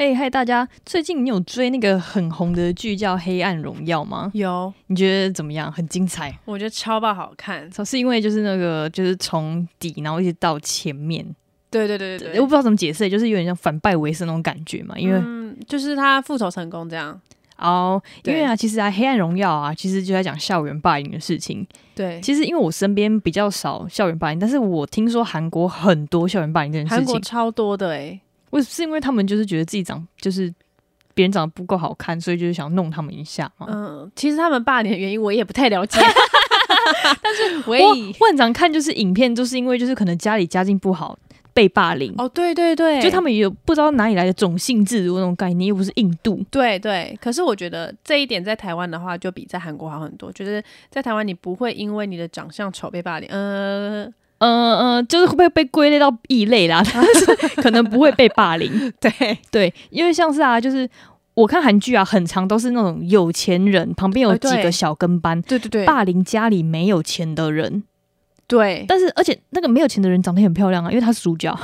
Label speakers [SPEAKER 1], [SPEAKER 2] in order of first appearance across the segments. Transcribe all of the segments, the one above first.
[SPEAKER 1] 嘿嗨，大家！最近你有追那个很红的剧叫《黑暗荣耀》吗？
[SPEAKER 2] 有，
[SPEAKER 1] 你觉得怎么样？很精彩。
[SPEAKER 2] 我觉得超爆好看。
[SPEAKER 1] 是因为就是那个就是从底然后一直到前面，
[SPEAKER 2] 对对对对
[SPEAKER 1] 我不知道怎么解释，就是有点像反败为胜那种感觉嘛。因为、
[SPEAKER 2] 嗯，就是他复仇成功这样。
[SPEAKER 1] 哦，因
[SPEAKER 2] 对
[SPEAKER 1] 为啊，其实啊，《黑暗荣耀》啊，其实就在讲校园霸凌的事情。
[SPEAKER 2] 对，
[SPEAKER 1] 其实因为我身边比较少校园霸凌，但是我听说韩国很多校园霸凌这件事
[SPEAKER 2] 韩国
[SPEAKER 1] 情。
[SPEAKER 2] 超多的欸诶、
[SPEAKER 1] 为是因为他们就是觉得自己长就是别人长得不够好看，所以就是想弄他们一下嘛。
[SPEAKER 2] 嗯，其实他们霸凌的原因我也不太 了解，但是唯
[SPEAKER 1] 我
[SPEAKER 2] 一
[SPEAKER 1] 我很常看就是影片，就是因为就是可能家里家境不好被霸凌，
[SPEAKER 2] 哦，对对对，
[SPEAKER 1] 就他们也有不知道哪里来的种姓制度那种概念，又不是印 度。
[SPEAKER 2] 对对，可是我觉得这一点在台湾的话，就比在韩国好很多。就是在台湾，你不会因为你的长相丑被霸凌，呃，
[SPEAKER 1] 嗯嗯，就是会被被归类到异类啦， 但是可能不会被霸凌。
[SPEAKER 2] 对，
[SPEAKER 1] 对，因为像是啊，就是我看韩剧啊，很常都是那种有钱人旁边有
[SPEAKER 2] 呃
[SPEAKER 1] 几
[SPEAKER 2] 对
[SPEAKER 1] 个小跟班，
[SPEAKER 2] 对对对，
[SPEAKER 1] 霸凌家里没有钱的人。
[SPEAKER 2] 对，
[SPEAKER 1] 但是而且那个没有钱的人长得也很漂亮啊，因为他是主 角，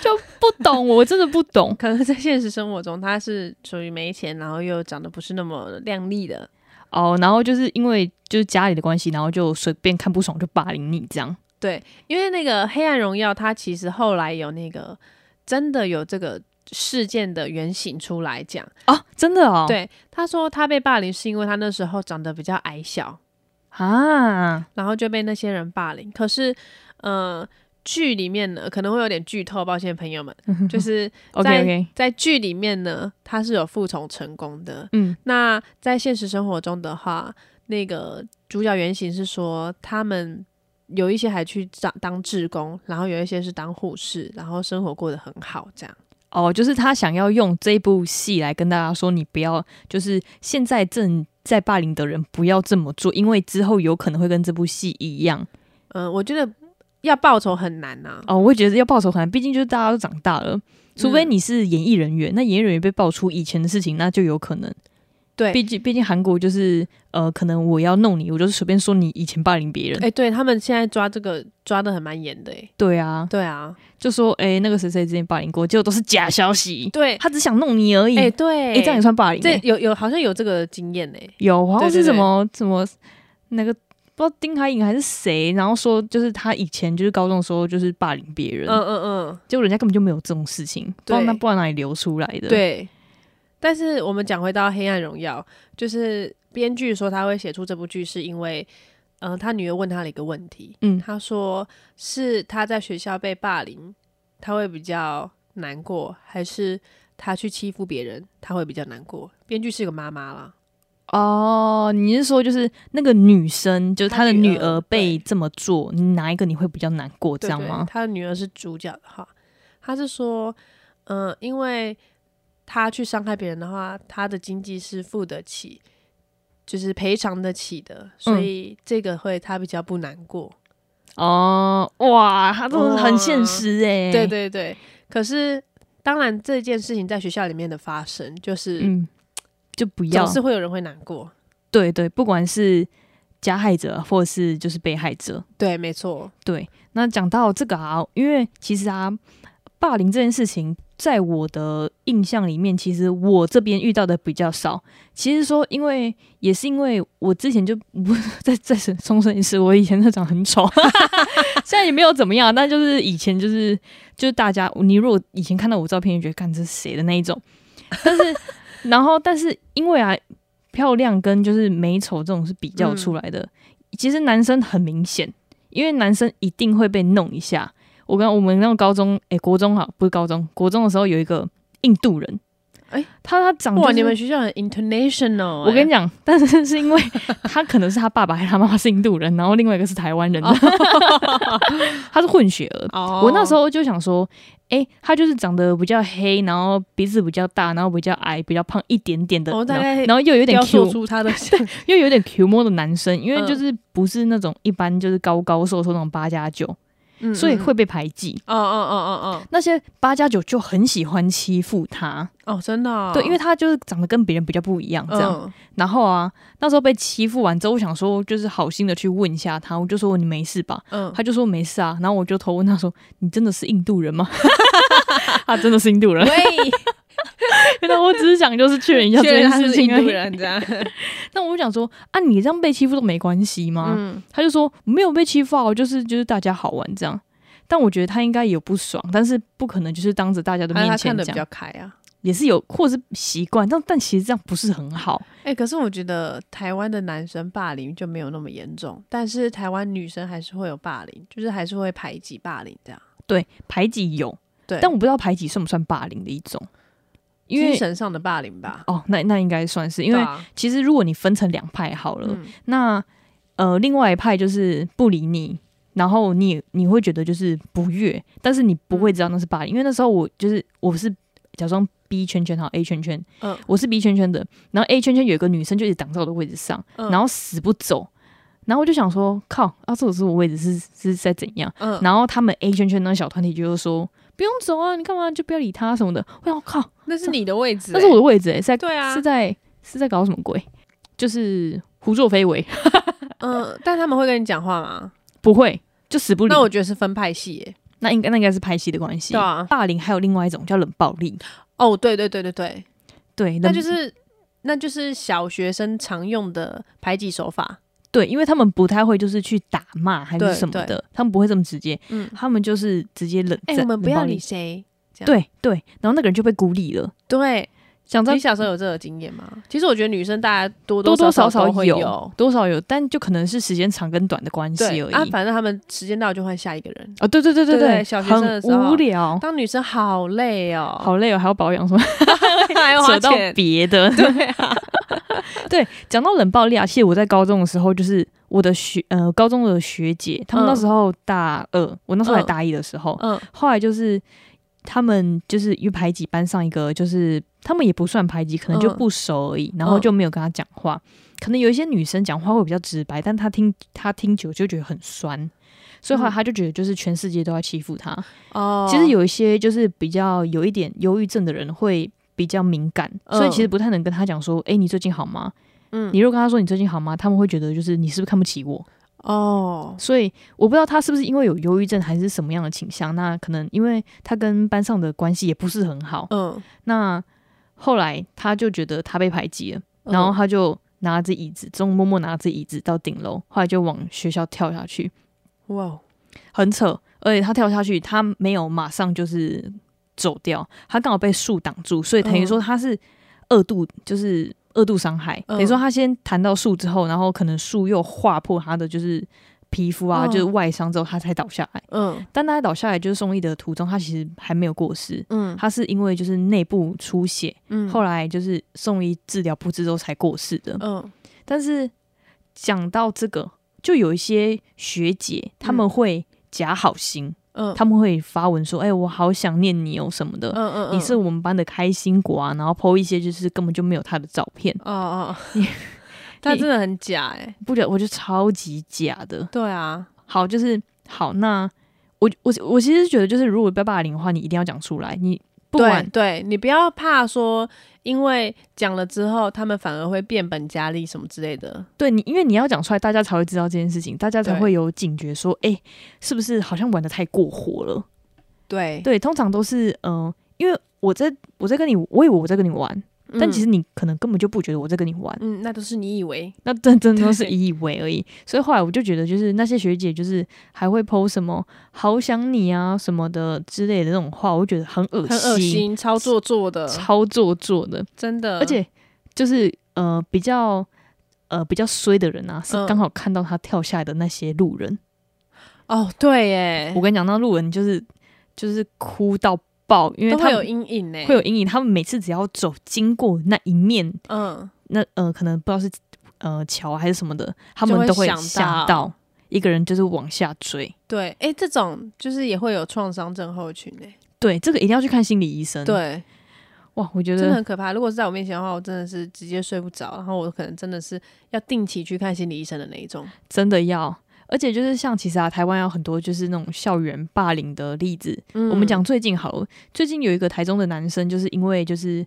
[SPEAKER 1] 就不懂，我真的不懂。
[SPEAKER 2] 可能在现实生活中，他是属于没钱，然后又长得不是那么靓丽的。
[SPEAKER 1] 哦，然后就是因为就是家里的关系，然后就随便看不爽就霸凌你这样。
[SPEAKER 2] 对，因为那个《黑暗荣耀》，它其实后来有那个真的有这个事件的原型出来讲。
[SPEAKER 1] 啊，真的哦，
[SPEAKER 2] 对，他说他被霸凌是因为他那时候长得比较矮小，
[SPEAKER 1] 啊，
[SPEAKER 2] 然后就被那些人霸凌。可是，呃，剧里面呢可能会有点剧透，抱歉朋友们，就是
[SPEAKER 1] OK OK，
[SPEAKER 2] 在剧里面呢，他是有复仇成功的。
[SPEAKER 1] 嗯，
[SPEAKER 2] 那在现实生活中的话，那个主角原型是说，他们有一些还去当当志工，然后有一些是当护士，然后生活过得很好，这样。
[SPEAKER 1] 哦，就是他想要用这部戏来跟大家说，你不要就是现在正在霸凌的人不要这么做，因为之后有可能会跟这部戏一样。
[SPEAKER 2] 嗯、我觉得要报仇很难啊呐、
[SPEAKER 1] 哦，我会觉得要报仇很难，毕竟就是大家都长大了。除非你是演艺人员，那演艺人员被爆出以前的事情，那就有可能。
[SPEAKER 2] 对
[SPEAKER 1] 毕竟毕竟韩国就是呃，可能我要弄你，我就是随便说你以前霸凌别人。
[SPEAKER 2] 哎、对他们现在抓这个抓的很蛮严的、哎，
[SPEAKER 1] 对啊，
[SPEAKER 2] 对啊，
[SPEAKER 1] 就说哎、诶那个谁谁之前霸凌过，结果都是假消息，
[SPEAKER 2] 对，
[SPEAKER 1] 他只想弄你而已。
[SPEAKER 2] 哎、
[SPEAKER 1] 哎、
[SPEAKER 2] 对，
[SPEAKER 1] 这样也算霸凌、
[SPEAKER 2] 这
[SPEAKER 1] 欸？
[SPEAKER 2] 有有好像有这个经验呢、哎
[SPEAKER 1] 有好像
[SPEAKER 2] 对对
[SPEAKER 1] 是什
[SPEAKER 2] 对
[SPEAKER 1] 么什么那个不知道丁海颖还是谁，然后说就是他以前就是高中的时候就是霸凌别人，
[SPEAKER 2] 嗯嗯嗯，
[SPEAKER 1] 结果人家根本就没有这种事情，不知道
[SPEAKER 2] 对
[SPEAKER 1] 那不知道哪里流出来的。，
[SPEAKER 2] 对，但是我们讲回到《黑暗荣耀》，就是编剧说他会写出这部剧，是因为，嗯、他女儿问他了一个问题，
[SPEAKER 1] 嗯
[SPEAKER 2] 他说是他在学校被霸凌，他会比较难过，还是他去欺负别人，他会比较难过？编剧是个妈妈啦，
[SPEAKER 1] 哦，你是说就是那个女生，就是
[SPEAKER 2] 她
[SPEAKER 1] 她的
[SPEAKER 2] 女
[SPEAKER 1] 女
[SPEAKER 2] 儿
[SPEAKER 1] 儿被
[SPEAKER 2] 对
[SPEAKER 1] 这么做，你哪一个你会比较难过？这
[SPEAKER 2] 对
[SPEAKER 1] 样
[SPEAKER 2] 对
[SPEAKER 1] 吗？
[SPEAKER 2] 他的女儿是主角的话，他是说，嗯、因为他去伤害别人的话，他的经济是付得起，就是赔偿得起的，所
[SPEAKER 1] 嗯
[SPEAKER 2] 以这个会他比较不难过。
[SPEAKER 1] 哦，哇，她真的很现
[SPEAKER 2] 哇
[SPEAKER 1] 实哎、
[SPEAKER 2] 对，对对，可是当然这件事情在学校里面的发生，就是
[SPEAKER 1] 嗯，就不要
[SPEAKER 2] 总，是会有人会难过。
[SPEAKER 1] 对对，不管是加害者或者是就是被害者，
[SPEAKER 2] 对，没错，
[SPEAKER 1] 对。那讲到这个啊，因为其实啊，霸凌这件事情，在我的印象里面，其实我这边遇到的比较少。其实说，因为也是因为我之前就不 再再重申一次，我以前那长很丑， 现在也没有怎么样，但就是以前就是就是大家，你如果以前看到我照片，就觉得看这是谁的那一种，但是然后但是因为啊，漂亮跟就是美丑这种是比较出来的，其实男生很明显，因为男生一定会被弄一下。我跟我们那种高中，诶、国中好，不是高中，国中的时候有一个印度人，
[SPEAKER 2] 诶
[SPEAKER 1] 他他长、嗯就是、
[SPEAKER 2] 哇，你们学校很 international，哎
[SPEAKER 1] 我跟你
[SPEAKER 2] 你
[SPEAKER 1] 讲，但是是因为他可能是他爸爸还是他妈妈是印度人，然后另外一个是台湾人， 他是混血儿。
[SPEAKER 2] 哦
[SPEAKER 1] 我那时候就想说，诶、他就是长得比较黑，然后鼻子比较大，然后比较矮，比较胖一点点的，
[SPEAKER 2] 哦大
[SPEAKER 1] 然后
[SPEAKER 2] 概
[SPEAKER 1] 然后又有点
[SPEAKER 2] 雕塑
[SPEAKER 1] Q，
[SPEAKER 2] 出他 的 嗯像
[SPEAKER 1] 又有点 Q 摸的男生，因为
[SPEAKER 2] 嗯
[SPEAKER 1] 就是不是那种一般就是高高瘦瘦那种八加九，
[SPEAKER 2] 嗯
[SPEAKER 1] 所以
[SPEAKER 2] 嗯
[SPEAKER 1] 会被排挤。
[SPEAKER 2] 哦哦哦
[SPEAKER 1] 那些八加九就很喜欢欺负他，
[SPEAKER 2] 哦哦哦，真的哦、
[SPEAKER 1] 对，因为他就是长得跟别人比较不一样，这样。
[SPEAKER 2] 嗯
[SPEAKER 1] 然后啊，那时候被欺负完之后，我想说就是好心的去问一下他，我就说你没事吧？
[SPEAKER 2] 嗯
[SPEAKER 1] 他就说没事啊。然后我就偷问他说：“你真的是印度人吗？”他 他真的是印度 人。
[SPEAKER 2] 喂，
[SPEAKER 1] 那我只是想就是确认一下这
[SPEAKER 2] 确认
[SPEAKER 1] 件
[SPEAKER 2] 他
[SPEAKER 1] 事
[SPEAKER 2] 是印
[SPEAKER 1] 情而
[SPEAKER 2] 度
[SPEAKER 1] 已。
[SPEAKER 2] 人这样。
[SPEAKER 1] 但我就想说啊，你这样被欺负都没关系吗？
[SPEAKER 2] 嗯，
[SPEAKER 1] 他就说没有被欺负啊，我就是就是大家好玩这样。但我觉得他应该有不爽，但是不可能就是当着大家的
[SPEAKER 2] 还是
[SPEAKER 1] 面
[SPEAKER 2] 他
[SPEAKER 1] 前
[SPEAKER 2] 看的比
[SPEAKER 1] 讲，
[SPEAKER 2] 较开啊。
[SPEAKER 1] 也是有或是习惯，但但其实这样不是很好。
[SPEAKER 2] 哎、可是我觉得台湾的男生霸凌就没有那么严重，但是台湾女生还是会有霸凌，就是还是会排挤霸凌这样。
[SPEAKER 1] 对，排挤有，
[SPEAKER 2] 对，
[SPEAKER 1] 但我不知道排挤算不算霸凌的一种，因为
[SPEAKER 2] 精神上的霸凌吧，
[SPEAKER 1] 哦，那那应该算是，因
[SPEAKER 2] 对
[SPEAKER 1] 为
[SPEAKER 2] 啊
[SPEAKER 1] 其实如果你分成两派好了，
[SPEAKER 2] 嗯
[SPEAKER 1] 那呃，另外一派就是不理你，然后你也你会觉得就是不悦，但是你不
[SPEAKER 2] 嗯
[SPEAKER 1] 会知道那是霸凌，因为那时候我就是我是假装 B 圈圈，然后 A 圈圈，
[SPEAKER 2] 嗯
[SPEAKER 1] 我是 B 圈圈的，然后 A 圈圈有一个女生就一直挡在我的位置上，
[SPEAKER 2] 嗯
[SPEAKER 1] 然后死不走，然后我就想说，靠，啊，这是我位置是是在怎样？
[SPEAKER 2] 嗯，
[SPEAKER 1] 然后他们 A 圈圈那个小团体就是说。不用走啊！你干嘛就不要理他什么的？我想靠，
[SPEAKER 2] 那是你的位置、欸，
[SPEAKER 1] 那是我的位置诶、是在
[SPEAKER 2] 对啊
[SPEAKER 1] 是，在是在搞什么鬼？就是胡作非为，
[SPEAKER 2] 嗯、但他们会跟你讲话吗？
[SPEAKER 1] 不会就死不理。
[SPEAKER 2] 那我觉得是分派系、耶。
[SPEAKER 1] 那应该那应该是拍戏的关系。
[SPEAKER 2] 对啊，
[SPEAKER 1] 霸凌还有另外一种叫冷暴力，
[SPEAKER 2] 哦，对对对对对，
[SPEAKER 1] 对，
[SPEAKER 2] 那
[SPEAKER 1] 冷
[SPEAKER 2] 就是那就是小学生常用的排挤手法，
[SPEAKER 1] 对，因为他们不太会就是去打骂还是
[SPEAKER 2] 对
[SPEAKER 1] 什么
[SPEAKER 2] 对
[SPEAKER 1] 的，他们不会这么直接，
[SPEAKER 2] 嗯，
[SPEAKER 1] 他们就是直接冷
[SPEAKER 2] 哎、
[SPEAKER 1] 战。
[SPEAKER 2] 我们不
[SPEAKER 1] 冷暴
[SPEAKER 2] 要
[SPEAKER 1] 力
[SPEAKER 2] 理啊谁，这样
[SPEAKER 1] 对对，然后那个人就被孤立了。
[SPEAKER 2] 对，
[SPEAKER 1] 想到
[SPEAKER 2] 你小时候有这个经验吗？其实我觉得女生大家多
[SPEAKER 1] 多
[SPEAKER 2] 多
[SPEAKER 1] 少
[SPEAKER 2] 少
[SPEAKER 1] 少
[SPEAKER 2] 都会
[SPEAKER 1] 有，多少有，但就可能是时间长跟短的关系而
[SPEAKER 2] 对
[SPEAKER 1] 已。
[SPEAKER 2] 啊，反正他们时间到了就换下一个人。
[SPEAKER 1] 哦，对对对
[SPEAKER 2] 对
[SPEAKER 1] 对，
[SPEAKER 2] 对小学生
[SPEAKER 1] 很
[SPEAKER 2] 的时候
[SPEAKER 1] 无聊，
[SPEAKER 2] 当女生好累哦，
[SPEAKER 1] 哦好累哦，还要保养什么。
[SPEAKER 2] 还要
[SPEAKER 1] 扯
[SPEAKER 2] 花
[SPEAKER 1] 到
[SPEAKER 2] 钱，
[SPEAKER 1] 别的，对啊，对，讲到冷暴力啊，其实我在高中的时候，就是我的学呃高中的学姐，他们
[SPEAKER 2] 嗯
[SPEAKER 1] 那时候大二，我那时候才
[SPEAKER 2] 嗯
[SPEAKER 1] 大一的时候，
[SPEAKER 2] 嗯
[SPEAKER 1] 后来就是他们就是又排挤班上一个，就是他们也不算排挤，可能就
[SPEAKER 2] 嗯
[SPEAKER 1] 不熟而已，然后就没有跟他讲话。可能有一些女生讲话会比较直白，但她听她听久就觉得很酸，所以后来
[SPEAKER 2] 嗯
[SPEAKER 1] 她就觉得就是全世界都在欺负她。
[SPEAKER 2] 哦，
[SPEAKER 1] 其实有一些就是比较有一点忧郁症的人会比较敏感，
[SPEAKER 2] 嗯
[SPEAKER 1] 所以其实不太能跟他讲说，诶，你最近好吗？
[SPEAKER 2] 嗯
[SPEAKER 1] 你如果跟他说你最近好吗，他们会觉得就是你是不是看不起我？
[SPEAKER 2] 哦，
[SPEAKER 1] 所以我不知道他是不是因为有忧郁症还是什么样的倾向，那可能因为他跟班上的关系也不是很好，
[SPEAKER 2] 嗯，
[SPEAKER 1] 那后来他就觉得他被排挤了，
[SPEAKER 2] 嗯
[SPEAKER 1] 然后他就拿着椅子，中午默默拿着椅子到顶楼，后来就往学校跳下去，
[SPEAKER 2] 哇，哦
[SPEAKER 1] 很扯，而且他跳下去，他没有马上就是走掉，他刚好被树挡住，所以等于说他是二度，就是二度伤害。
[SPEAKER 2] 嗯
[SPEAKER 1] 等于说他先弹到树之后，然后可能树又划破他的就是皮肤啊，
[SPEAKER 2] 嗯
[SPEAKER 1] 就是外伤之后，他才倒下来。
[SPEAKER 2] 嗯
[SPEAKER 1] 但他在倒下来就是送医的途中，他其实还没有过世，
[SPEAKER 2] 嗯
[SPEAKER 1] 他是因为就是内部出血，
[SPEAKER 2] 嗯，
[SPEAKER 1] 后来就是送医治疗不治之后才过世的。
[SPEAKER 2] 嗯
[SPEAKER 1] 但是讲到这个，就有一些学姐他们会假好心。
[SPEAKER 2] 嗯，
[SPEAKER 1] 他们会发文说：“哎、我好想念你哦什么的，
[SPEAKER 2] 嗯嗯嗯，
[SPEAKER 1] 你是我们班的开心果啊。”然后 PO 一些就是根本就没有他的照片，
[SPEAKER 2] 哦哦
[SPEAKER 1] 你，
[SPEAKER 2] 他
[SPEAKER 1] 你
[SPEAKER 2] 真的很假哎，
[SPEAKER 1] 不 觉得我就超级假的。
[SPEAKER 2] 对啊，
[SPEAKER 1] 好，就是好，那我我我其实觉得就是如果被霸凌的话，你一定要讲出来，你不
[SPEAKER 2] 对
[SPEAKER 1] 管
[SPEAKER 2] 对，你不要怕说，因为讲了之后，他们反而会变本加厉什么之类的。
[SPEAKER 1] 对你，因为你要讲出来，大家才会知道这件事情，大家才
[SPEAKER 2] 对
[SPEAKER 1] 会有警觉，说：“哎、是不是好像玩的太过火了
[SPEAKER 2] 对？”，
[SPEAKER 1] 对，通常都是嗯、呃因为我在我在跟你，我以为我在跟你玩，
[SPEAKER 2] 嗯
[SPEAKER 1] 但其实你可能根本就不觉得我在跟你玩。
[SPEAKER 2] 嗯，嗯，那都是你以为，
[SPEAKER 1] 那真真的都是以为而已。所以后来我就觉得，就是那些学姐就是还会 PO 什么“好想你啊”什么的之类的那种话，我就觉得很恶
[SPEAKER 2] 很恶心，超做作的，嗯
[SPEAKER 1] 超做作的。
[SPEAKER 2] 真的。
[SPEAKER 1] 而且就是呃比较呃比较衰的人啊，是
[SPEAKER 2] 嗯
[SPEAKER 1] 刚好看到他跳下来的那些路人。
[SPEAKER 2] 哦，对耶
[SPEAKER 1] 我，跟你讲，那路人就是就是哭到爆，因为
[SPEAKER 2] 都
[SPEAKER 1] 他
[SPEAKER 2] 会有
[SPEAKER 1] 们
[SPEAKER 2] 阴影呢，
[SPEAKER 1] 会有阴影，他们每次只要走经过那一面，
[SPEAKER 2] 嗯，
[SPEAKER 1] 那呃，可能不知道是呃桥还是什么的，他们
[SPEAKER 2] 会
[SPEAKER 1] 都会
[SPEAKER 2] 想
[SPEAKER 1] 吓
[SPEAKER 2] 到
[SPEAKER 1] 到一个人，就是往下追。
[SPEAKER 2] 对，哎，这种就是也会有创伤症候群呢。
[SPEAKER 1] 对，这个一定要去看心理医生。，
[SPEAKER 2] 对，
[SPEAKER 1] 哇，我觉
[SPEAKER 2] 真的
[SPEAKER 1] 得
[SPEAKER 2] 很可怕。如果是在我面前的话，我真的是直接睡不着，然后我可能真的是要定期去看心理医生的那一种。
[SPEAKER 1] 真的要，而且就是像其实啊，台湾有很多就是那种校园霸凌的例子。
[SPEAKER 2] 嗯
[SPEAKER 1] 我们讲最近好了，最近有一个台中的男生，就是因为就是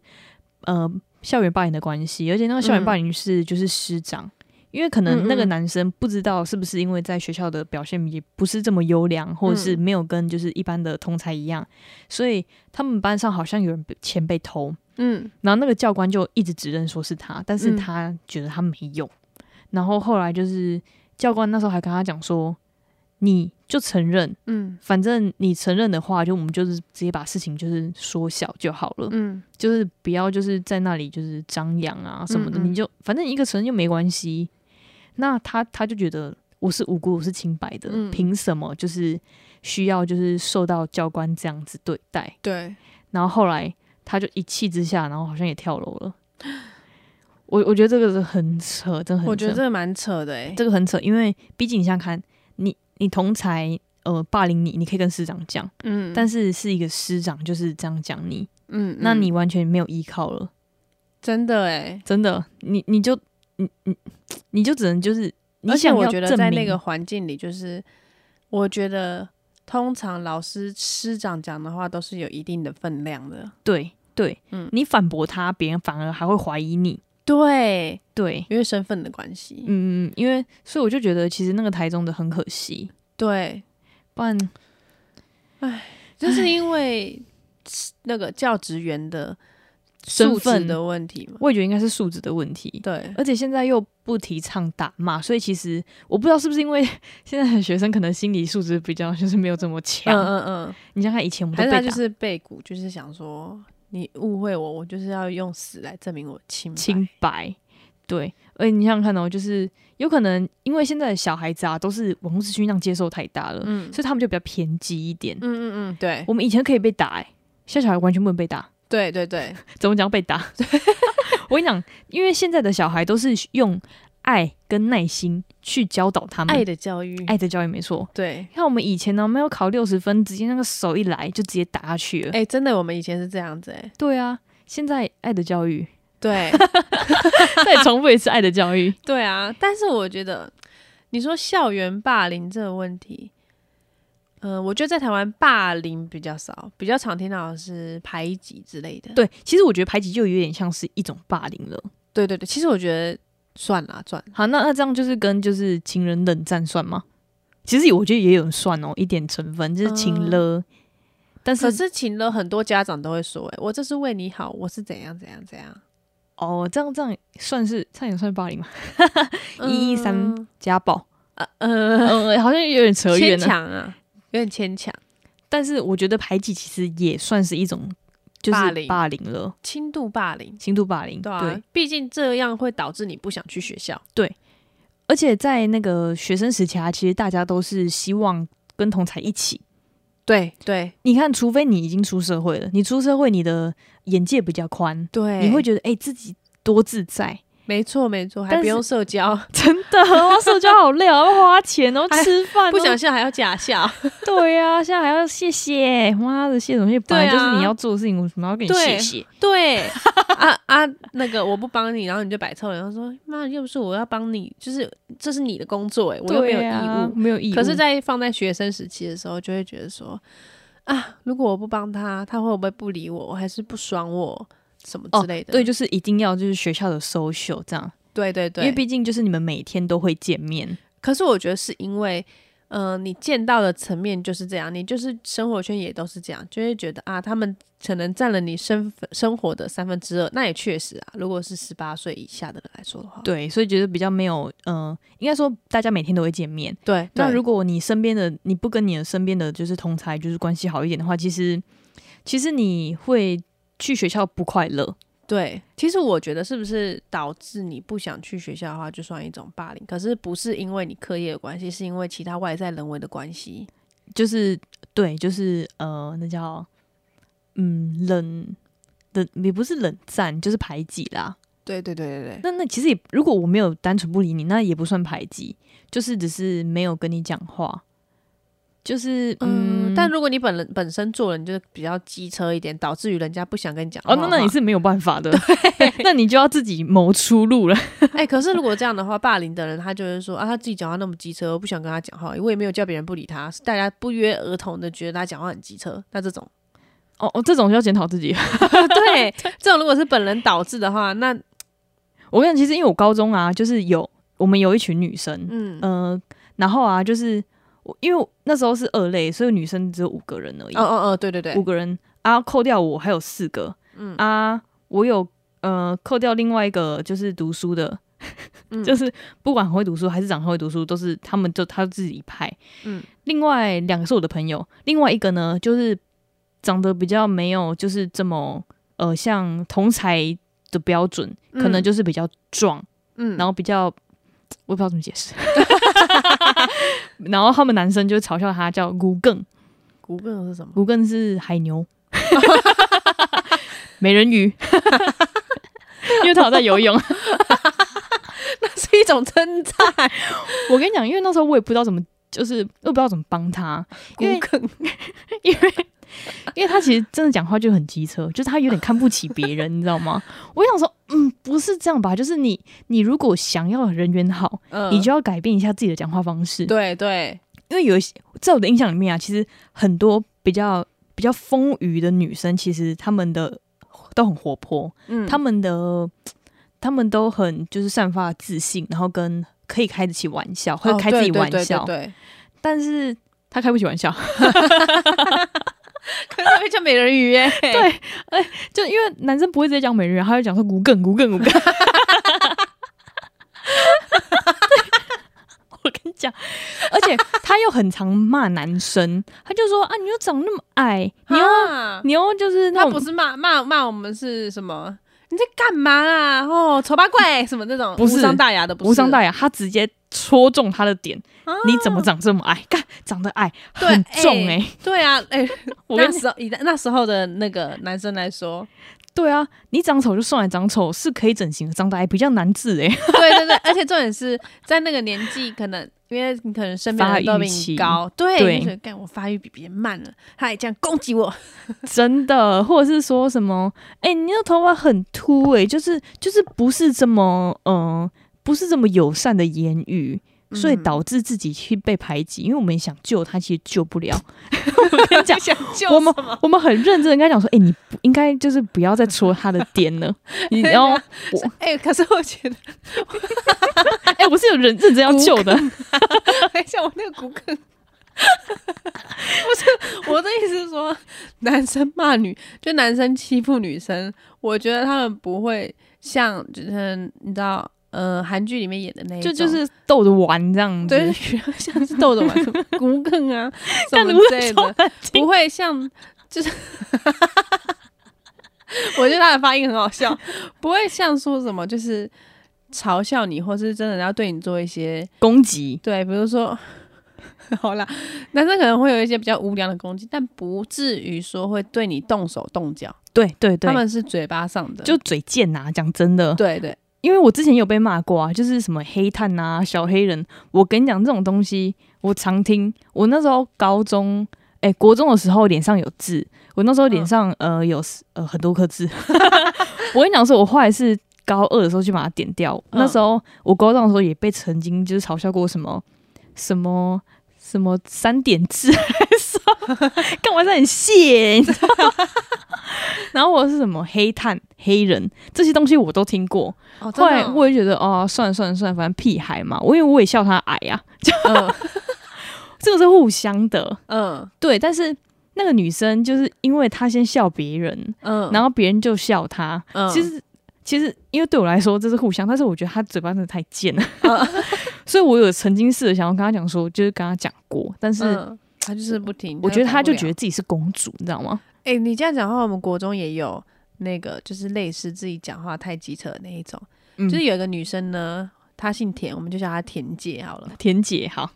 [SPEAKER 1] 呃校园霸凌的关系，而且那个校园
[SPEAKER 2] 嗯
[SPEAKER 1] 霸凌是就是师长，因为可能那个
[SPEAKER 2] 嗯嗯
[SPEAKER 1] 男生不知道是不是因为在学校的表现也不是这么优良，或者是
[SPEAKER 2] 嗯
[SPEAKER 1] 没有跟就是一般的同才一样，所以他们班上好像有人被钱被偷，
[SPEAKER 2] 嗯
[SPEAKER 1] 然后那个教官就一直指认说是他，但是
[SPEAKER 2] 嗯
[SPEAKER 1] 他觉得他没有。然后后来就是教官那时候还跟他讲说，你就承认，
[SPEAKER 2] 嗯
[SPEAKER 1] 反正你承认的话，就我们就是直接把事情就是缩小就好了，
[SPEAKER 2] 嗯
[SPEAKER 1] 就是不要就是在那里就是张扬啊什么的，
[SPEAKER 2] 嗯嗯
[SPEAKER 1] 你就反正一个承认就没关系。那他他就觉得我是无辜，我是清白的，
[SPEAKER 2] 嗯
[SPEAKER 1] 凭什么就是需要就是受到教官这样子对待？
[SPEAKER 2] 对，
[SPEAKER 1] 然后后来他就一气之下，然后好像也跳楼了。 我我觉得这个是很扯，真的很扯。
[SPEAKER 2] 我觉得这个蛮扯的哎、
[SPEAKER 1] 这个很扯，因为毕竟你想想看，你你同才呃霸凌你，你可以跟师长讲，
[SPEAKER 2] 嗯
[SPEAKER 1] 但是是一个师长就是这样讲你，
[SPEAKER 2] 嗯，
[SPEAKER 1] 那
[SPEAKER 2] 嗯
[SPEAKER 1] 你完全没有依靠了，
[SPEAKER 2] 真的哎、
[SPEAKER 1] 真的，你你就你你你就只能就是你
[SPEAKER 2] 而且
[SPEAKER 1] 想
[SPEAKER 2] 我
[SPEAKER 1] 要
[SPEAKER 2] 觉得
[SPEAKER 1] 证
[SPEAKER 2] 在
[SPEAKER 1] 明
[SPEAKER 2] 那个环境里，就是我觉得通常老师师长讲的话都是有一定的分量的。
[SPEAKER 1] 对对，
[SPEAKER 2] 嗯
[SPEAKER 1] 你反驳他，别人反而还会怀疑你，
[SPEAKER 2] 对，
[SPEAKER 1] 对，
[SPEAKER 2] 因为身份的关系。
[SPEAKER 1] 嗯，因为所以我就觉得其实那个台中的很可惜，
[SPEAKER 2] 对，
[SPEAKER 1] 不然
[SPEAKER 2] 就是因 为那个教职员的
[SPEAKER 1] 身
[SPEAKER 2] 素质
[SPEAKER 1] 份
[SPEAKER 2] 的问题嘛。嗯
[SPEAKER 1] 我也觉得应该是素质的问题。
[SPEAKER 2] 对，
[SPEAKER 1] 而且现在又不提倡打骂，所以其实我不知道是不是因为现在的学生可能心理素质比较就是没有这么强。
[SPEAKER 2] 嗯嗯嗯，
[SPEAKER 1] 你想想看以前我们都
[SPEAKER 2] 还是
[SPEAKER 1] 被打，
[SPEAKER 2] 他就是背骨，就是想说你误会我，我就是要用死来证明我清白。
[SPEAKER 1] 清白，对。而且你想想看哦，就是有可能因为现在的小孩子啊，都是网络资讯量接受太大了，
[SPEAKER 2] 嗯
[SPEAKER 1] 所以他们就比较偏激一点。
[SPEAKER 2] 嗯嗯嗯，对
[SPEAKER 1] 我们以前可以被打、欸，现在小孩完全不能被打。
[SPEAKER 2] 对对对，
[SPEAKER 1] 怎么讲被打？ 我跟你讲，因为现在的小孩都是用爱跟耐心去教导他们，
[SPEAKER 2] 爱的教育，
[SPEAKER 1] 嗯爱的教育没错。
[SPEAKER 2] 对。
[SPEAKER 1] 看我们以前呢，没有考六十分，直接那个手一来就直接打下去了。
[SPEAKER 2] 哎、真的，我们以前是这样子哎、
[SPEAKER 1] 对啊，现在爱的教 育，
[SPEAKER 2] 对
[SPEAKER 1] 再重复一次爱的教育。
[SPEAKER 2] 对啊，但是我觉得你说校园霸凌这个问题，嗯、我觉得在台湾霸凌比较少，比较常听到的是排挤之类的。
[SPEAKER 1] 对，其实我觉得排挤就有点像是一种霸凌了。
[SPEAKER 2] 对对对，其实我觉得算啦算啦，
[SPEAKER 1] 好，那那这样就是跟就是情人冷战算吗？其实我觉得也有算哦，一点成分就是情了，但
[SPEAKER 2] 嗯可
[SPEAKER 1] 是
[SPEAKER 2] 是请了很多家长都会说、哎，我这是为你好，我是怎样怎样怎样，
[SPEAKER 1] 哦，这样这样算是差点算霸凌吗？113
[SPEAKER 2] 嗯
[SPEAKER 1] 家 暴，
[SPEAKER 2] 呃，
[SPEAKER 1] 嗯，好像有点扯远
[SPEAKER 2] 牵
[SPEAKER 1] 了。
[SPEAKER 2] 强啊，有点牵强，
[SPEAKER 1] 但是我觉得排挤其实也算是一种就是
[SPEAKER 2] 霸凌
[SPEAKER 1] 霸凌了，
[SPEAKER 2] 轻度霸凌。
[SPEAKER 1] 轻度霸凌，
[SPEAKER 2] 对啊，毕竟这样会导致你不想去学校。
[SPEAKER 1] 而且在那个学生时期啊，其实大家都是希望跟同才一起。
[SPEAKER 2] 对对
[SPEAKER 1] 你看，除非你已经出社会了，你出社会，你的眼界比较宽，
[SPEAKER 2] 对，
[SPEAKER 1] 你会觉得哎、自己多自在，
[SPEAKER 2] 没错没错，还
[SPEAKER 1] 但
[SPEAKER 2] 不
[SPEAKER 1] 是
[SPEAKER 2] 用社交，
[SPEAKER 1] 真的，我社交好累哦，要花钱 哦，
[SPEAKER 2] 还
[SPEAKER 1] 吃饭哦、
[SPEAKER 2] 哎不想笑还要假笑。
[SPEAKER 1] 对啊，现在还要谢谢，妈的，谢什么谢？本来就是你要做的事情，我为什么要跟你谢
[SPEAKER 2] 对
[SPEAKER 1] 谢？
[SPEAKER 2] 对啊啊，那个我不帮你，然后你就摆臭脸，然后说妈，又不是我要帮你，就是这是你的工作哎，我又没有
[SPEAKER 1] 对
[SPEAKER 2] 义务。
[SPEAKER 1] 啊没有义务。
[SPEAKER 2] 可是，在放在学生时期的时候，就会觉得说啊，如果我不帮他，他会不会不理我？我还是不爽我什么之类的？
[SPEAKER 1] 哦对，就是一定要就是学校的 social 这样，
[SPEAKER 2] 对对
[SPEAKER 1] 因
[SPEAKER 2] 对，哦
[SPEAKER 1] 为毕竟就是你们每天都会见面，
[SPEAKER 2] 可是我觉得是因为，呃，你见到的层面就是这样，你就是生活圈也都是这样，就会觉得啊，他们可能占了你生生活的三分之二，那也确实啊。如果是十八岁以下的人来说的话，
[SPEAKER 1] 对，所以觉得比较没有，嗯，应该说大家每天都会见面。
[SPEAKER 2] 对，
[SPEAKER 1] 那
[SPEAKER 2] 对
[SPEAKER 1] 如果你身边的你不跟你的身边的就是同才就是关系好一点的话，其实其实你会去学校不快乐。
[SPEAKER 2] 对，其实我觉得是不是导致你不想去学校的话，就算一种霸凌。可是不是因为你课业的关系，是因为其他外在人为的关系。
[SPEAKER 1] 就是对，就是呃，那叫嗯冷冷，也不是冷战，就是排挤啦。
[SPEAKER 2] 对对对对对，
[SPEAKER 1] 那那其实也，如果我没有单纯不理你，那也不算排挤，就是只是没有跟你讲话。就是嗯，
[SPEAKER 2] 嗯，但如果你本人本身做人就是比较机车一点，导致于人家不想跟你讲话
[SPEAKER 1] 哦，
[SPEAKER 2] 的话。
[SPEAKER 1] 那那你是没有办法的， 那你就要自己谋出路了。
[SPEAKER 2] 哎、可是如果这样的话，霸凌的人他就是说啊，他自己讲话那么机车，我不想跟他讲话，我也没有叫别人不理他，是大家不约而同的觉得他讲话很 机车。那这种，
[SPEAKER 1] 哦哦，这种就要检讨自己。
[SPEAKER 2] 对，这种如果是本人导致的话，那
[SPEAKER 1] 我跟你讲，其实因为我高中啊，就是有我们有一群女生，
[SPEAKER 2] 嗯哦
[SPEAKER 1] 呃，然后啊，就是我因为我那时候是二类，所以女生只有五个人而已，
[SPEAKER 2] 哦哦，对对对
[SPEAKER 1] 五，个人啊，扣掉我还有四个，
[SPEAKER 2] 嗯
[SPEAKER 1] 啊，我有呃扣掉另外一个就是读书的，
[SPEAKER 2] 嗯
[SPEAKER 1] 就是不管很会读书还是长得很会读书，都是他们就他自己派。
[SPEAKER 2] 嗯，
[SPEAKER 1] 另外两个是我的朋友，另外一个呢就是长得比较没有就是这么呃像同才的标准，可能
[SPEAKER 2] 嗯
[SPEAKER 1] 就是比较壮，
[SPEAKER 2] 嗯，
[SPEAKER 1] 然后比较我也不知道怎么解释。 然后他们男生就嘲笑他叫骨更，
[SPEAKER 2] 骨梗是什么？
[SPEAKER 1] 骨更是海牛， 美人鱼， 因为他有在游泳。
[SPEAKER 2] 是一种称赞。
[SPEAKER 1] 我跟你讲，因为那时候我也不知道怎么，就是我也不知道怎么帮他，因为
[SPEAKER 2] 骨梗，
[SPEAKER 1] 因为因为他其实真的讲话就很机车，就是他有点看不起别人，你知道吗？我想说，嗯，不是这样吧？就是你你如果想要人缘好，
[SPEAKER 2] 嗯
[SPEAKER 1] 你就要改变一下自己的讲话方式。
[SPEAKER 2] 对对，
[SPEAKER 1] 因为有一些，在我的印象里面啊，其实很多比较比较丰腴的女生，其实她们的都很活泼，
[SPEAKER 2] 嗯
[SPEAKER 1] 他们的他们都很就是散发自信，然后跟可以开得起玩笑，会
[SPEAKER 2] 哦
[SPEAKER 1] 开自己玩笑，
[SPEAKER 2] 对对对对对
[SPEAKER 1] 但是他开不起玩 笑，
[SPEAKER 2] 可是会叫美人鱼 耶， 对，
[SPEAKER 1] 就因为男生不会直接讲美人鱼，他会讲说骨梗骨梗骨 梗。我跟你讲，而且他又很常骂男生，他就说啊，你又长那么矮，你又
[SPEAKER 2] 啊，
[SPEAKER 1] 你又就是那
[SPEAKER 2] 他
[SPEAKER 1] 种
[SPEAKER 2] 不是骂骂骂我们是什么？你在干嘛啦？哦，丑八怪什么那种
[SPEAKER 1] 不是
[SPEAKER 2] 无伤大雅的，不是
[SPEAKER 1] 无伤大雅，他直接戳中他的点，
[SPEAKER 2] 啊
[SPEAKER 1] 你怎么长这么矮？看长得矮
[SPEAKER 2] 对
[SPEAKER 1] 很重哎、
[SPEAKER 2] 哎对啊，哎，
[SPEAKER 1] 我跟
[SPEAKER 2] 那
[SPEAKER 1] 你
[SPEAKER 2] 时候以那时候的那个男生来说，
[SPEAKER 1] 对啊，你长丑就算了，长丑是可以整形的，长得矮比较难治 哎、
[SPEAKER 2] 对对对，而且重点是在那个年纪，可能因为你可能身边的人都比
[SPEAKER 1] 发育期
[SPEAKER 2] 你高，对，
[SPEAKER 1] 对
[SPEAKER 2] 你就觉得干我发育比别人慢了，他还这样攻击 我，
[SPEAKER 1] 真的，或者是说什么，哎、你的头发很秃哎、就是就是不是这么嗯、呃不是这么友善的言语。所以
[SPEAKER 2] 嗯
[SPEAKER 1] 导致自己去被排挤，因为我们想救他，其实救不了。 我跟你讲，
[SPEAKER 2] 想救
[SPEAKER 1] 我们
[SPEAKER 2] 什么
[SPEAKER 1] 我们很认真地跟他讲说，哎、你不应该就是不要再戳他的点 了，你然后我
[SPEAKER 2] 哎、可是我觉得，
[SPEAKER 1] 哎、我是有认认真
[SPEAKER 2] 哦
[SPEAKER 1] 要救的，
[SPEAKER 2] 等一下我那个骨梗， 不是我的意思是说，男生骂女，就男生欺负女生，我觉得他们不会像，就是你知道，呃，韩剧里面演的那一
[SPEAKER 1] 就
[SPEAKER 2] 种，
[SPEAKER 1] 就是逗着玩这样子。
[SPEAKER 2] 对，像是逗着玩，什么骨梗 啊什
[SPEAKER 1] 干
[SPEAKER 2] 么
[SPEAKER 1] 如
[SPEAKER 2] 之类
[SPEAKER 1] 说
[SPEAKER 2] 的，不会像就是，我觉得他的发音很好笑，不会像说什么就是嘲笑你，或是真的要对你做一些
[SPEAKER 1] 攻击，
[SPEAKER 2] 对，比如说。 好啦，男生可能会有一些比较无良的攻击，但不至于说会对你动手动脚，
[SPEAKER 1] 对对对，
[SPEAKER 2] 他们是嘴巴上的，
[SPEAKER 1] 就嘴贱呐、讲真的，
[SPEAKER 2] 对对，
[SPEAKER 1] 因为我之前有被骂过啊，就是什么黑炭呐、小黑人。我跟你讲，这种东西我常听。我那时候高中，哎、国中的时候脸上有痣，我那时候脸上、呃有呃很多颗痣。 我跟你讲，说我后来是高二的时候去把它点掉。
[SPEAKER 2] 嗯
[SPEAKER 1] 那时候我高中的时候也被曾经就是嘲笑过什么什么。什么三点痣 还是干嘛？很谢，你知道吗？ 然后我是什么黑炭、黑人这些东西我都听过，
[SPEAKER 2] 哦，真
[SPEAKER 1] 后来
[SPEAKER 2] 的哦
[SPEAKER 1] 我也觉得哦，算了算了算了，反正屁孩嘛，我因为我也笑他矮啊，
[SPEAKER 2] 嗯
[SPEAKER 1] 这个是互相的，
[SPEAKER 2] 嗯
[SPEAKER 1] 对。但是那个女生就是因为她先笑别人，
[SPEAKER 2] 嗯，
[SPEAKER 1] 然后别人就笑她。
[SPEAKER 2] 嗯
[SPEAKER 1] 其实其实因为对我来说这是互相，但是我觉得她嘴巴真的太贱了，
[SPEAKER 2] 嗯
[SPEAKER 1] 所以我有曾经试着想要跟她讲说，就是跟她讲过，但是
[SPEAKER 2] 嗯他就是不听，
[SPEAKER 1] 我觉得她就觉
[SPEAKER 2] 得。
[SPEAKER 1] 得自己是公主，你知道吗？
[SPEAKER 2] 哎、你这样讲话，我们国中也有那个，就是类似自己讲话太机车的那一种。
[SPEAKER 1] 嗯，
[SPEAKER 2] 就是有一个女生呢，她姓田，我们就叫她田姐好了。
[SPEAKER 1] 田姐好，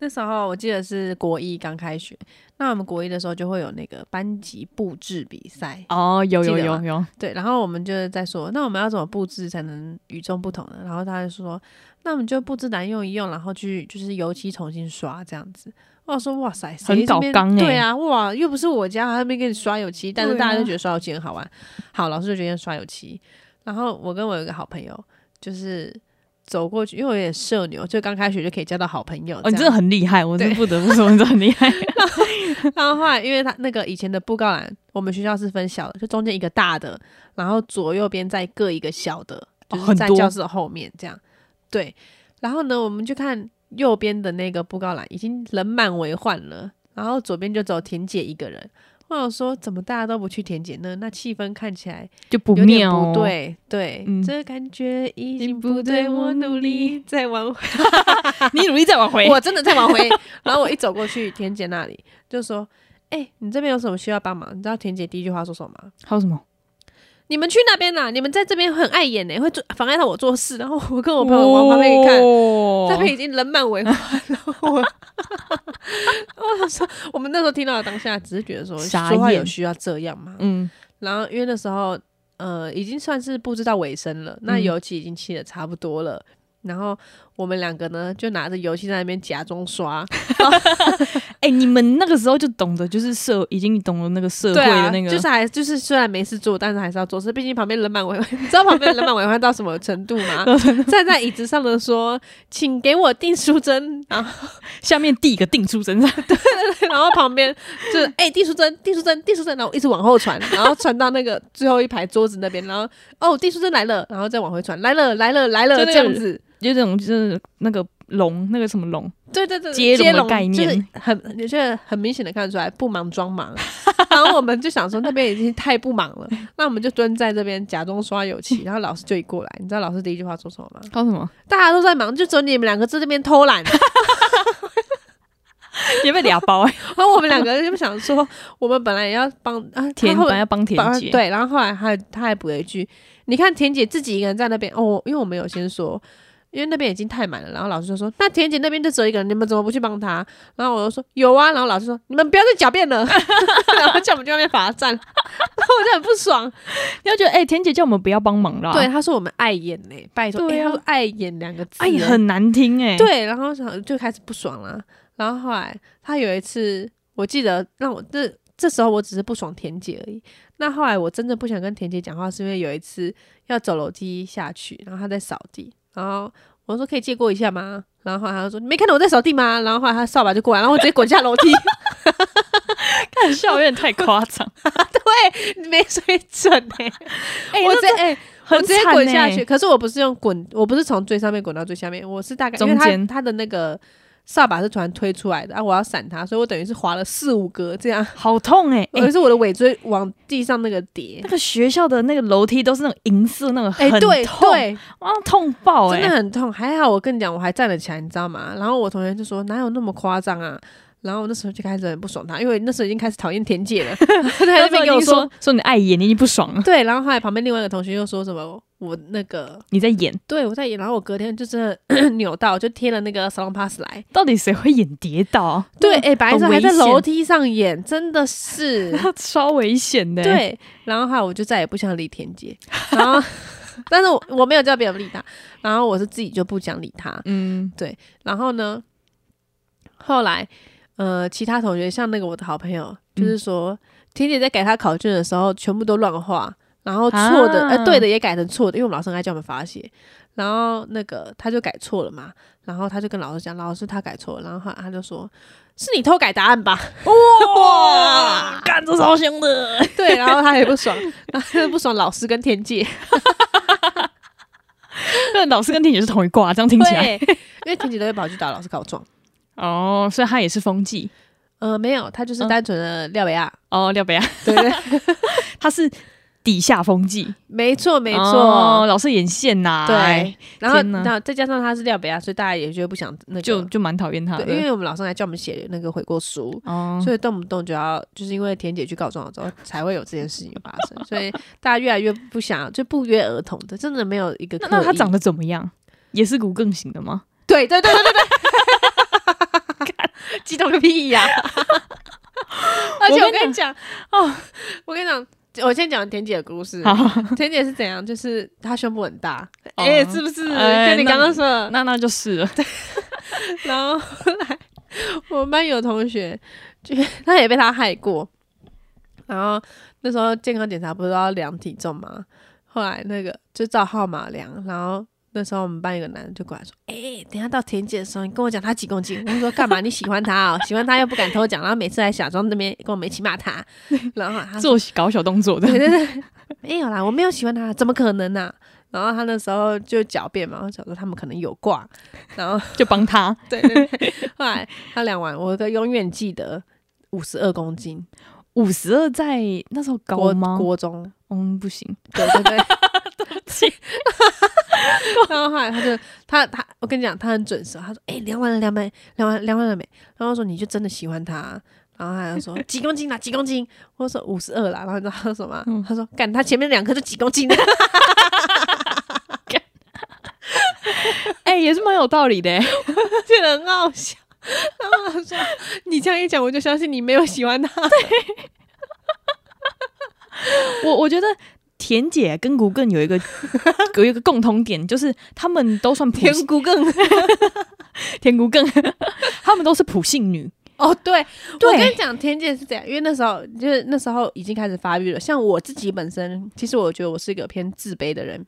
[SPEAKER 2] 那时候我记得是国一刚开学，那我们国一的时候就会有那个班级布置比赛，
[SPEAKER 1] 哦，有有
[SPEAKER 2] 记得
[SPEAKER 1] 有
[SPEAKER 2] 吗
[SPEAKER 1] 有，
[SPEAKER 2] 对，然后我们就是在说，那我们要怎么布置才能与众不同呢？然后她就说，那我们就布置栏用一用，然后去就是油漆重新刷这样子。我说哇塞，谁
[SPEAKER 1] 很搞
[SPEAKER 2] 这边
[SPEAKER 1] 纲欸
[SPEAKER 2] 对啊，哇，又不是我家，他没给你刷油漆，但是
[SPEAKER 1] 对啊
[SPEAKER 2] 大家就觉得刷油漆很好玩。好，老师就决定刷油漆。然后我跟我有一个好朋友，就是走过去，因为我有点社牛，就刚开学就可以交到好朋友这样。
[SPEAKER 1] 哦，你真的很厉害，我真的
[SPEAKER 2] 对
[SPEAKER 1] 不得不说，你真的很厉害。
[SPEAKER 2] 然后后来，因为他那个以前的布告栏，我们学校是分小的，就中间一个大的，然后左右边再各一个小的，
[SPEAKER 1] 哦
[SPEAKER 2] 就是
[SPEAKER 1] 很
[SPEAKER 2] 在
[SPEAKER 1] 多
[SPEAKER 2] 教室的后面这样。对，然后呢，我们就看右边的那个布告栏已经人满为患了，然后左边就只有田姐一个人。我想说，怎么大家都不去田姐呢？那气氛看起来
[SPEAKER 1] 就不
[SPEAKER 2] 有点
[SPEAKER 1] 妙、哦，
[SPEAKER 2] 不，对，对，
[SPEAKER 1] 嗯
[SPEAKER 2] 这感觉已
[SPEAKER 1] 经
[SPEAKER 2] 经
[SPEAKER 1] 不
[SPEAKER 2] 不对，
[SPEAKER 1] 对我
[SPEAKER 2] 我
[SPEAKER 1] 努
[SPEAKER 2] 努
[SPEAKER 1] 力
[SPEAKER 2] 力再往回，
[SPEAKER 1] 你努力再往回。
[SPEAKER 2] 我真的在 往回。然后我一走过去田姐那里，就说：“哎、你这边有什么需要帮忙？”你知道田姐第一句话说什么吗？
[SPEAKER 1] 还有什么？
[SPEAKER 2] 你们去那边啦！你们在这边很碍眼呢、会做妨碍到我做事。然后我跟我朋友往旁边一看，
[SPEAKER 1] 哦
[SPEAKER 2] 那边已经人满为患了。我，我想说，我们那时候听到的当下，只是觉得说，
[SPEAKER 1] 傻
[SPEAKER 2] 说话
[SPEAKER 1] 眼
[SPEAKER 2] 有需要这样吗？
[SPEAKER 1] 嗯，
[SPEAKER 2] 然后因为那时候，呃，已经算是布置到尾声了，那
[SPEAKER 1] 嗯
[SPEAKER 2] 油漆已经漆的差不多了。然后我们两个呢，就拿着油漆在那边假装刷，
[SPEAKER 1] 哎、你们那个时候就懂得，就是社已经懂了那个社会
[SPEAKER 2] 对啊
[SPEAKER 1] 的那，个，
[SPEAKER 2] 就是还就是虽然没事做，但是还是要做事。毕竟旁边人满为患， 你知道旁边人满为患到什么程度 吗？站在椅子上的说：“请给我订书针。”
[SPEAKER 1] 啊
[SPEAKER 2] 然后
[SPEAKER 1] 下面递一个定书针上，
[SPEAKER 2] 然后旁边就是哎、订书针，订书针，订书针，然后一直往后传，然后传到那个最后一排桌子那边，然后哦，订书针来了，然后再往回传，来了，来了，来了，
[SPEAKER 1] 就那
[SPEAKER 2] 这
[SPEAKER 1] 个
[SPEAKER 2] 样子。
[SPEAKER 1] 就这种就是那个龙那个什么龙，
[SPEAKER 2] 对对对，
[SPEAKER 1] 接龙的
[SPEAKER 2] 龙
[SPEAKER 1] 概念
[SPEAKER 2] 就是很，你觉得很明显的看得出来不忙装忙。 然后我们就想说那边已经太不忙 了，那我们就蹲在这边假装刷油漆，然后老师就一过来，你知道老师第一句话说什么吗？
[SPEAKER 1] 还有什么？
[SPEAKER 2] 大家都在忙，就只有你们两个在这边 偷懒。
[SPEAKER 1] 也被俩 包哎、
[SPEAKER 2] 然后我们两个就想说，我们本来也要帮啊，
[SPEAKER 1] 田
[SPEAKER 2] 然后
[SPEAKER 1] 本来要帮田
[SPEAKER 2] 反而
[SPEAKER 1] 姐，，
[SPEAKER 2] 对，然后后来还他还补了一句：“你看田姐自己一个人在那边哦，因为我们有先说，因为那边已经太满了。”然后老师就说：“那田姐那边就只有一个人，你们怎么不去帮她？”然后我就说：“有啊。”然后老师说：“你们不要再狡辩了。” 然后叫我们去外面罚站， 然后我就很不爽。
[SPEAKER 1] 要觉得哎、田姐叫我们不要帮忙啦，
[SPEAKER 2] 对，，他说我们碍眼呢、拜托，
[SPEAKER 1] 对
[SPEAKER 2] 哎
[SPEAKER 1] 啊
[SPEAKER 2] 他说碍眼两个字、哦
[SPEAKER 1] 哎、很难听哎、，
[SPEAKER 2] 对，然后想就开始不爽啦。然后后来他有一次，我记得让我这这时候我只是不爽田姐而已。那后来我真的不想跟田姐讲话，是因为有一次要走楼梯下去，然后她在扫地，然后我说可以借过一下吗？然后后来她就说你没看到我在扫地吗？然后后来她扫把就过来，然后我直接滚下楼梯，
[SPEAKER 1] 看笑有点太夸张，
[SPEAKER 2] 对，没水准哎、
[SPEAKER 1] 哎
[SPEAKER 2] 我直接哎、 我
[SPEAKER 1] 很
[SPEAKER 2] 直接
[SPEAKER 1] 惨
[SPEAKER 2] 滚
[SPEAKER 1] 欸
[SPEAKER 2] 下去。可是我不是用滚，我不是从最上面滚到最下面，我是大概因为
[SPEAKER 1] 中间
[SPEAKER 2] 它它的那个扫把是突然推出来的啊，我要闪它，所以我等于是滑了四五格这样，
[SPEAKER 1] 好痛哎、
[SPEAKER 2] 而、
[SPEAKER 1] 哎
[SPEAKER 2] 是我的尾椎往地上那个叠
[SPEAKER 1] 那。个学校的那个楼梯都是那种银色那个，
[SPEAKER 2] 哎、
[SPEAKER 1] 很
[SPEAKER 2] 对
[SPEAKER 1] 痛，欸
[SPEAKER 2] 对，
[SPEAKER 1] 哇，痛爆哎、
[SPEAKER 2] 真的很痛。还好我跟你讲，我还站了起来，你知道吗？然后我同学就说：“哪有那么夸张啊？”然后我那时候就开始很不爽他，因为那时候已经开始讨厌田姐了。 他在
[SPEAKER 1] 他
[SPEAKER 2] 那边
[SPEAKER 1] 已
[SPEAKER 2] 跟我
[SPEAKER 1] 经
[SPEAKER 2] 说
[SPEAKER 1] 说说你碍眼，你已经不爽了，：“
[SPEAKER 2] 对。”然后后来旁边另外一个同学又说什么：“我那个
[SPEAKER 1] 你在演，
[SPEAKER 2] 对，我在演，然后我隔天就真的 扭到，就贴了那个 salon pass 来。
[SPEAKER 1] 到底谁会演跌倒啊？
[SPEAKER 2] 对，哎、白
[SPEAKER 1] 很
[SPEAKER 2] 色还
[SPEAKER 1] 危
[SPEAKER 2] 在楼
[SPEAKER 1] 险。
[SPEAKER 2] 梯上演，真的是
[SPEAKER 1] 超危险的、，
[SPEAKER 2] 对，然后后来我就再也不想理田姐，然后 但是我我没有叫别人理他，然后我是自己就不想理他。
[SPEAKER 1] 嗯，
[SPEAKER 2] 然后呢，后来呃，其他同学像那个我的好朋友，
[SPEAKER 1] 嗯
[SPEAKER 2] 就是说、田姐在改她考卷的时候，全部都乱画，然后错的、
[SPEAKER 1] 啊
[SPEAKER 2] 呃对的也改成错的，因为我们老师很爱叫我们罚写，然后那个他就改错了嘛，然后他就跟老师讲，老师他改错了，然后后来他就说。是你偷改答 案吧？
[SPEAKER 1] 哇，干这超凶的，
[SPEAKER 2] 对，然后他也不爽，然后他就不爽老师跟田姐，
[SPEAKER 1] 那老师跟天姐是同一挂，这样听起来
[SPEAKER 2] 对，因为田姐都会跑去打老师告 状。
[SPEAKER 1] 哦，所以他也是风纪
[SPEAKER 2] 呃，没有，他就是
[SPEAKER 1] 嗯
[SPEAKER 2] 单纯的廖维亚，
[SPEAKER 1] 哦，廖北亚，
[SPEAKER 2] 对对，
[SPEAKER 1] 他是底下风纪，
[SPEAKER 2] 没错没错，
[SPEAKER 1] 哦老师眼线呐，
[SPEAKER 2] 对，然后
[SPEAKER 1] 哎天哪
[SPEAKER 2] 那再加上他是廖北亚，所以大家也觉得不想那个，
[SPEAKER 1] 就就蛮讨厌他的，
[SPEAKER 2] 对，因为我们老师还叫我们写那个悔过书，
[SPEAKER 1] 哦，
[SPEAKER 2] 所以动不动就要就是因为田姐去告状了之后，才会有这件事情发生，所以 大家越来越不想，就不约而同的，真的没有一个
[SPEAKER 1] 那那
[SPEAKER 2] 刻
[SPEAKER 1] 他
[SPEAKER 2] 意
[SPEAKER 1] 长得怎么样？也是骨更型的吗？
[SPEAKER 2] 对对对对 对对， 激动个屁呀、而且我跟你讲哦， 我跟你讲。我先讲田姐的故事。
[SPEAKER 1] 好，
[SPEAKER 2] 田姐是怎样？就是她胸部很大，
[SPEAKER 1] 哦
[SPEAKER 2] 哎、是不是？
[SPEAKER 1] 哎
[SPEAKER 2] 跟你刚
[SPEAKER 1] 那
[SPEAKER 2] 刚说的，
[SPEAKER 1] 那那就是了，
[SPEAKER 2] 然后后来我们班有同学，就他也被他害过。然后那时候健康检查不是都要量体重吗？后来那个就照号码量，然后那时候我们班有个男的就过来说：“哎、等一下到田姐的时候，你跟我讲他几公斤。”我就说：“干嘛？你喜欢他哦？喜欢他又不敢偷讲，然后每次还假装那边跟我们一起骂他。”然后他说
[SPEAKER 1] 做搞小动作的
[SPEAKER 2] 对对对，没有啦，我没有喜欢他，怎么可能呢、啊然后他那时候就狡辩嘛，我想说他们可能有挂，然后
[SPEAKER 1] 就帮他
[SPEAKER 2] 对对对，后来他量完，我永远记得五十二公斤，
[SPEAKER 1] 五十二，在那时候高
[SPEAKER 2] 国
[SPEAKER 1] 吗？
[SPEAKER 2] 国中，
[SPEAKER 1] 嗯，不行，
[SPEAKER 2] 对对 对，然后后来他就他他，我跟你讲，他很准时。他说：“哎、量完了，量完，量完，量完了没？”然后我说：“你就真的喜欢他、啊 然后他就说：“几公斤啊啦，几公斤？”我说：“五十二啦。”然后你知道他说什么吗？
[SPEAKER 1] 嗯
[SPEAKER 2] 他说：“干，他前面两颗就几公斤的。
[SPEAKER 1] 哎、也是蛮有道理的、欸。”
[SPEAKER 2] 觉得很好笑。然后他说：“ 你这样一讲，我就相信你没有喜欢他。
[SPEAKER 1] 我我觉得田姐跟骨更有 一个有一个共同点，就是他们都算普
[SPEAKER 2] 田骨更
[SPEAKER 1] 田骨更， 他们都是普信女。
[SPEAKER 2] 哦，对，
[SPEAKER 1] 对
[SPEAKER 2] 我跟你讲，田姐是这样，因为那时候就是那时候已经开始发育了。像我自己本身，其实我觉得我是一个偏自卑的人。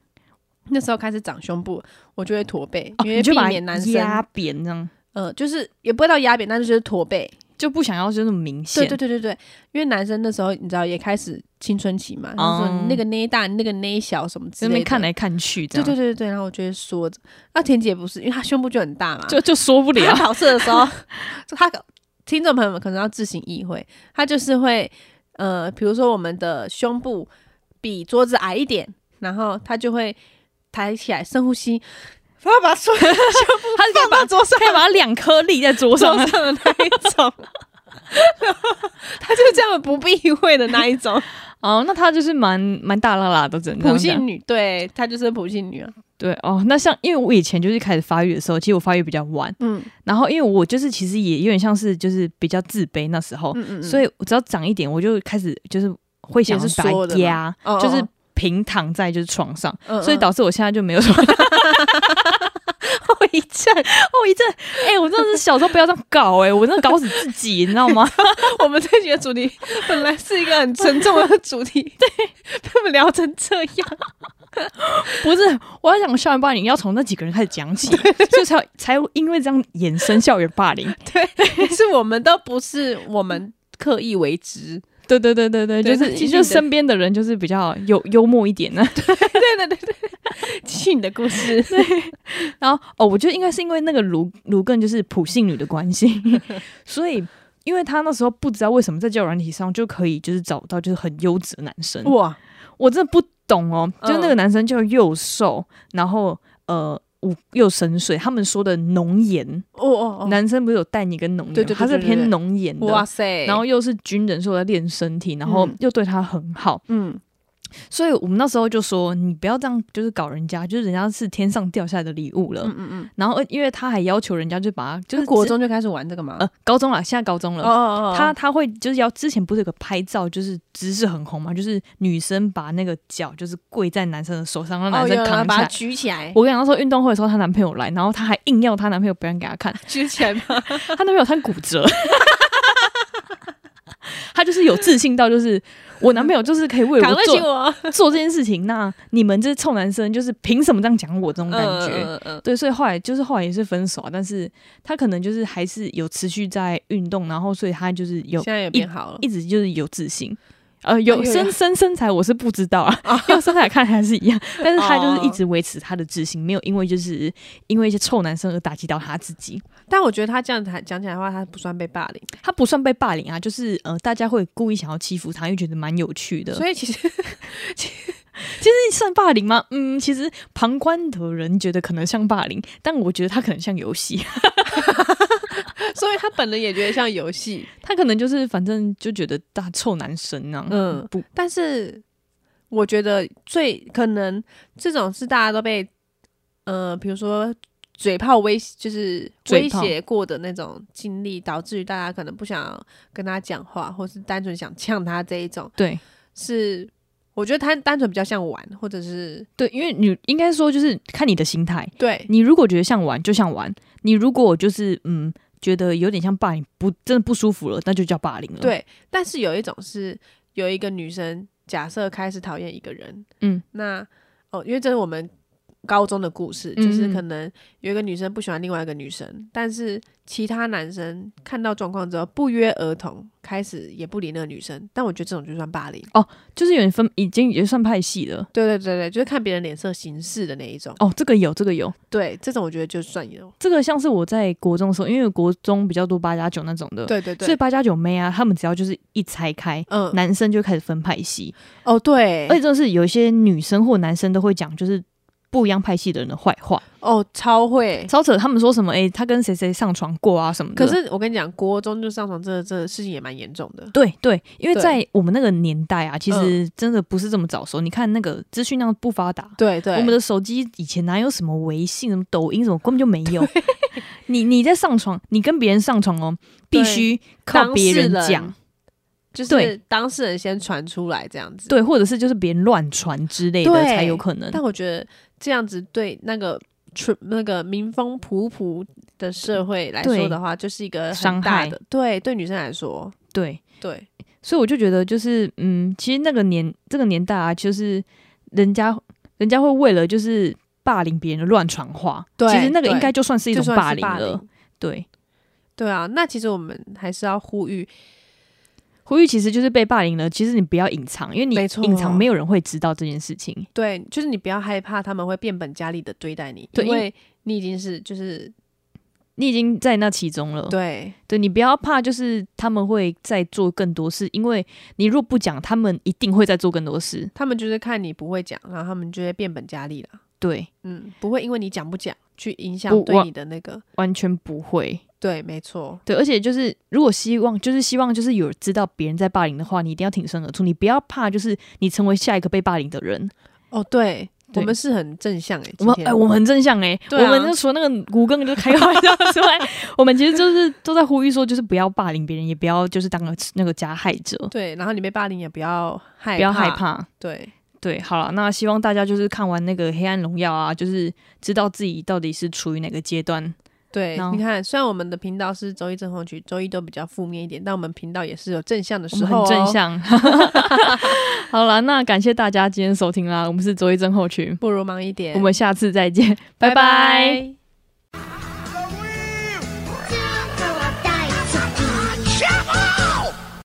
[SPEAKER 2] 那时候开始长胸部，我就会驼背，
[SPEAKER 1] 哦
[SPEAKER 2] 因为
[SPEAKER 1] 你就
[SPEAKER 2] 避
[SPEAKER 1] 把
[SPEAKER 2] 免男
[SPEAKER 1] 它
[SPEAKER 2] 生
[SPEAKER 1] 压扁这样，
[SPEAKER 2] 呃，就是也不会到压扁，但是就是驼背。
[SPEAKER 1] 就不想要就那么明显。
[SPEAKER 2] 对对对对对，因为男生那时候你知道也开始青春期嘛，然后说你那个捏大，你哦那个捏小什么之
[SPEAKER 1] 在那
[SPEAKER 2] 类
[SPEAKER 1] 边
[SPEAKER 2] 的。
[SPEAKER 1] 看来看去这样，
[SPEAKER 2] 对对对对对，然后我就会啊缩着。那田姐不是，因为她胸部就很大嘛，
[SPEAKER 1] 就就说不
[SPEAKER 2] 她
[SPEAKER 1] 了。
[SPEAKER 2] 考试的时 候，她听众朋友们可能要自行意会，她就是会呃，比如说我们的胸部比桌子矮一点，然后她就会抬起来深呼吸，然后把 胸
[SPEAKER 1] 他是可以把
[SPEAKER 2] 桌上
[SPEAKER 1] 可以把两颗粒在桌 上，
[SPEAKER 2] 上的那一 种，他就是这样不避讳的那一种
[SPEAKER 1] 哦，那他就是蛮蛮大啦啦的，真的
[SPEAKER 2] 普信女，对她就是普信女啊，
[SPEAKER 1] 对哦。那像因为我以前就是开始发育的时候，其实我发育比较晚，
[SPEAKER 2] 嗯
[SPEAKER 1] 然后因为我就是其实也有点像是就是比较自卑那时候，
[SPEAKER 2] 嗯嗯，
[SPEAKER 1] 所
[SPEAKER 2] 以
[SPEAKER 1] 以我只要长一点，我就开始就是会想
[SPEAKER 2] 也是
[SPEAKER 1] 把
[SPEAKER 2] 缩
[SPEAKER 1] 它
[SPEAKER 2] 的吗
[SPEAKER 1] 压，
[SPEAKER 2] 哦
[SPEAKER 1] 就是
[SPEAKER 2] 哦
[SPEAKER 1] 平躺在就是床上，
[SPEAKER 2] 嗯
[SPEAKER 1] 所以
[SPEAKER 2] 嗯
[SPEAKER 1] 导致我现在就没有什么 后遗症，后遗症。哎、我真的是小时候不要这样搞、哎，我真的搞死自己，你知道吗？
[SPEAKER 2] 我们这集的主题本来是一个很沉重的主题， 对，被我们聊成这样，
[SPEAKER 1] 不是，我要讲校园霸凌，要从那几个人开始讲起，所以才有才有因为这样衍生校园霸凌。
[SPEAKER 2] 对，是我们都不是我们刻意为之，
[SPEAKER 1] 对对对对对，
[SPEAKER 2] 对
[SPEAKER 1] 就
[SPEAKER 2] 那
[SPEAKER 1] 是
[SPEAKER 2] 继续
[SPEAKER 1] 就
[SPEAKER 2] 你的
[SPEAKER 1] 身边的人就是比较幽幽默一点啊呢、
[SPEAKER 2] 对对对对，继续你的故事，
[SPEAKER 1] 然后哦，我觉得应该是因为那个卢卢更就是普信女的关 系，所以因为他那时候不知道为什么在交友软体上就可以就是找到就是很优质的男生，我
[SPEAKER 2] 哇，
[SPEAKER 1] 我真的不懂哦，就那个男生就又瘦，然后呃。五又深邃，他们说的浓颜，
[SPEAKER 2] 哦哦哦，
[SPEAKER 1] 男生不是有带你跟浓颜吗，
[SPEAKER 2] 对对对
[SPEAKER 1] 他是
[SPEAKER 2] 对对对
[SPEAKER 1] 偏浓颜的，
[SPEAKER 2] 哇塞，
[SPEAKER 1] 然后又是军人，说在练身体，然后
[SPEAKER 2] 嗯
[SPEAKER 1] 又对他很好，
[SPEAKER 2] 嗯，
[SPEAKER 1] 所以我们那时候就说，你不要这样，就是搞人家，就是人家是天上掉下来的礼物了。
[SPEAKER 2] 嗯嗯嗯，
[SPEAKER 1] 然后，呃因为他还要求人家就把他就
[SPEAKER 2] 就是
[SPEAKER 1] 是
[SPEAKER 2] 国中就开始玩这个嘛，
[SPEAKER 1] 呃高中了，现在高中了。
[SPEAKER 2] 哦哦哦，
[SPEAKER 1] 他他会就是要之前不是有个拍照就是姿势很红嘛，就是女生把那个脚就是跪在男生的手上，让
[SPEAKER 2] 哦，
[SPEAKER 1] 男
[SPEAKER 2] 有
[SPEAKER 1] 生
[SPEAKER 2] 人
[SPEAKER 1] 扛起
[SPEAKER 2] 把
[SPEAKER 1] 来。
[SPEAKER 2] 它举起来，
[SPEAKER 1] 我跟你讲，那时候运动会的时候，她男朋友来，然后她还硬要她男朋友表演给她 看，
[SPEAKER 2] 举起来吗？
[SPEAKER 1] 她男朋友他骨折，她就是有自信到就是我男朋友就是可以 为我
[SPEAKER 2] 扛得
[SPEAKER 1] 做
[SPEAKER 2] 起我，
[SPEAKER 1] 做这件事情，那你们这些臭男生就是凭什么这样讲我这种感觉？
[SPEAKER 2] 嗯嗯嗯
[SPEAKER 1] 对，所以后来就是后来也是分手啊，但是他可能就是还是有持续在运动，然后所以他就是有
[SPEAKER 2] 现在也变好了。
[SPEAKER 1] 一直就是有自信。呃，有
[SPEAKER 2] 哎呦
[SPEAKER 1] 身身身材我是不知道 啊，因为身材看还是一样，但是他就是一
[SPEAKER 2] 哦
[SPEAKER 1] 直维持他的自信，没有因为就是因为一些臭男生而打击到他自己。
[SPEAKER 2] 但我觉得他这样谈讲起来的话，他不算被霸凌，
[SPEAKER 1] 他不算被霸凌啊，就是呃，大家会故意想要欺负他，因为觉得蛮有趣的。
[SPEAKER 2] 所以其实
[SPEAKER 1] 其实算霸凌吗？嗯，其实旁观的人觉得可能像霸凌，但我觉得他可能像游戏，
[SPEAKER 2] 所以他本人也觉得像游戏，
[SPEAKER 1] 他可能就是反正就觉得大臭男生啊，
[SPEAKER 2] 嗯
[SPEAKER 1] 不，
[SPEAKER 2] 但是我觉得最可能这种是大家都被呃，比如说嘴炮威就是威
[SPEAKER 1] 嘴炮
[SPEAKER 2] 胁过的那种经历，导致于大家可能不想跟他讲话，或是单纯想呛他这一种，
[SPEAKER 1] 对
[SPEAKER 2] 是我觉得他单纯比较像玩，或者是
[SPEAKER 1] 对，因为你应该说就是看你的心态，
[SPEAKER 2] 对
[SPEAKER 1] 你如果觉得像玩就像玩，你如果就是嗯觉得有点像霸凌，不真的不舒服了，那就叫霸凌了。，
[SPEAKER 2] 对，但是有一种是有一个女生假设开始讨厌一个人，
[SPEAKER 1] 嗯，
[SPEAKER 2] 那哦，因为这是我们高中的故事，就是
[SPEAKER 1] 嗯
[SPEAKER 2] 可能有一个女生不喜欢另外一个女生，但是其他男生看到状况之后不约而同开始也不理那个女生，但我觉得这种就算霸凌。
[SPEAKER 1] 就是有点分，已经也算派系了。
[SPEAKER 2] 对对对对，就是看别人脸色行事的那一种。
[SPEAKER 1] 哦，这个有，这个有，
[SPEAKER 2] 对，这种我觉得就算有。
[SPEAKER 1] 这个像是我在国中的时候，因为国中比较多八加九那种的，
[SPEAKER 2] 对对
[SPEAKER 1] 所以
[SPEAKER 2] 对，
[SPEAKER 1] 八加九妹啊，他们只要就是一拆开，
[SPEAKER 2] 嗯，
[SPEAKER 1] 男生就开始分派系，
[SPEAKER 2] 哦对，
[SPEAKER 1] 而且就是有一些女生或男生都会讲就是不一样派系的人的坏话，
[SPEAKER 2] 哦超会。
[SPEAKER 1] 超扯。他们说什么？诶、他跟谁谁上床过啊什么的。
[SPEAKER 2] 可是我跟你讲，国中就上床这这事情也蛮严重的。
[SPEAKER 1] 对对，因为
[SPEAKER 2] 对
[SPEAKER 1] 在我们那个年代啊，其实真的不是这么早熟。你看那个资讯量不发达，
[SPEAKER 2] 对对，
[SPEAKER 1] 我们的手机以前哪有什么微信、什么抖音什么，根本就没有。 你你在上床，你跟别人上床哦，必
[SPEAKER 2] 对
[SPEAKER 1] 须靠别人
[SPEAKER 2] 当事人
[SPEAKER 1] 讲，
[SPEAKER 2] 就是
[SPEAKER 1] 对
[SPEAKER 2] 当事人先传出来这样子。
[SPEAKER 1] 对，或者是就是别人乱传之类的
[SPEAKER 2] 对
[SPEAKER 1] 才有可能。
[SPEAKER 2] 但我觉得这样子对那个淳那个民风仆仆的社会来说
[SPEAKER 1] 对
[SPEAKER 2] 的话，就是一个很
[SPEAKER 1] 伤
[SPEAKER 2] 大
[SPEAKER 1] 害
[SPEAKER 2] 的。对，对女生来说，
[SPEAKER 1] 对，
[SPEAKER 2] 对
[SPEAKER 1] 所以我就觉得就是嗯，其实那个年这个年代啊，就是人家人家会为了就是霸凌别人乱传话，
[SPEAKER 2] 对
[SPEAKER 1] 其实那个
[SPEAKER 2] 对
[SPEAKER 1] 应该就算是一
[SPEAKER 2] 就
[SPEAKER 1] 种
[SPEAKER 2] 算
[SPEAKER 1] 霸
[SPEAKER 2] 是
[SPEAKER 1] 凌
[SPEAKER 2] 霸
[SPEAKER 1] 了。
[SPEAKER 2] 凌。
[SPEAKER 1] 对，
[SPEAKER 2] 对啊，那其实我们还是要呼吁，
[SPEAKER 1] 呼吁其实就是被霸凌了，其实你不要隐藏，因为你
[SPEAKER 2] 没错
[SPEAKER 1] 隐藏没有人会知道这件事情。
[SPEAKER 2] 对，就是你不要害怕他们会变本加厉的对待你，
[SPEAKER 1] 对
[SPEAKER 2] 因
[SPEAKER 1] 因
[SPEAKER 2] 为你已经是就是
[SPEAKER 1] 你已经在那其中了，
[SPEAKER 2] 对
[SPEAKER 1] 对你不要怕，就是他们会再做更多事，因为你若不讲，他们一定会再做更多事。
[SPEAKER 2] 他们就是看你不会讲，然后他们就会变本加厉了。
[SPEAKER 1] 对，
[SPEAKER 2] 嗯，不会因为你讲不讲去影响
[SPEAKER 1] 不
[SPEAKER 2] 对
[SPEAKER 1] 我
[SPEAKER 2] 你的那个。
[SPEAKER 1] 完全不会。
[SPEAKER 2] 对，没错，
[SPEAKER 1] 对，而且就是如果希望，就是希望就是有知道别人在霸凌的话，你一定要挺身而出，你不要怕，就是你成为下一个被霸凌的人。
[SPEAKER 2] 哦，对，我
[SPEAKER 1] 对
[SPEAKER 2] 们是很正向诶、
[SPEAKER 1] 我们
[SPEAKER 2] 今
[SPEAKER 1] 哎、
[SPEAKER 2] 天
[SPEAKER 1] 我们很正向哎、
[SPEAKER 2] 对啊
[SPEAKER 1] 我们就除了那个骨根就开玩笑之 外，我们其实就是都在呼吁说，就是不要霸凌别人，也不要就是当个那个加害者，
[SPEAKER 2] 对，然后你被霸凌也不要害怕，
[SPEAKER 1] 不要害，怕。
[SPEAKER 2] 对
[SPEAKER 1] 对，好了，那希望大家就是看完那个《黑暗荣耀》啊，就是知道自己到底是处于哪个阶段。
[SPEAKER 2] 对。
[SPEAKER 1] 然后
[SPEAKER 2] 你看，虽然我们的频道是周一正红曲，周一都比较负面一点，但我们频道也是有正向的
[SPEAKER 1] 我
[SPEAKER 2] 时
[SPEAKER 1] 们
[SPEAKER 2] 候、哦
[SPEAKER 1] 很正，向。 好了，那感谢大家今天收听啦，我们是周一真后群，
[SPEAKER 2] 不如忙一点。
[SPEAKER 1] 我们下次再见，拜拜
[SPEAKER 2] 拜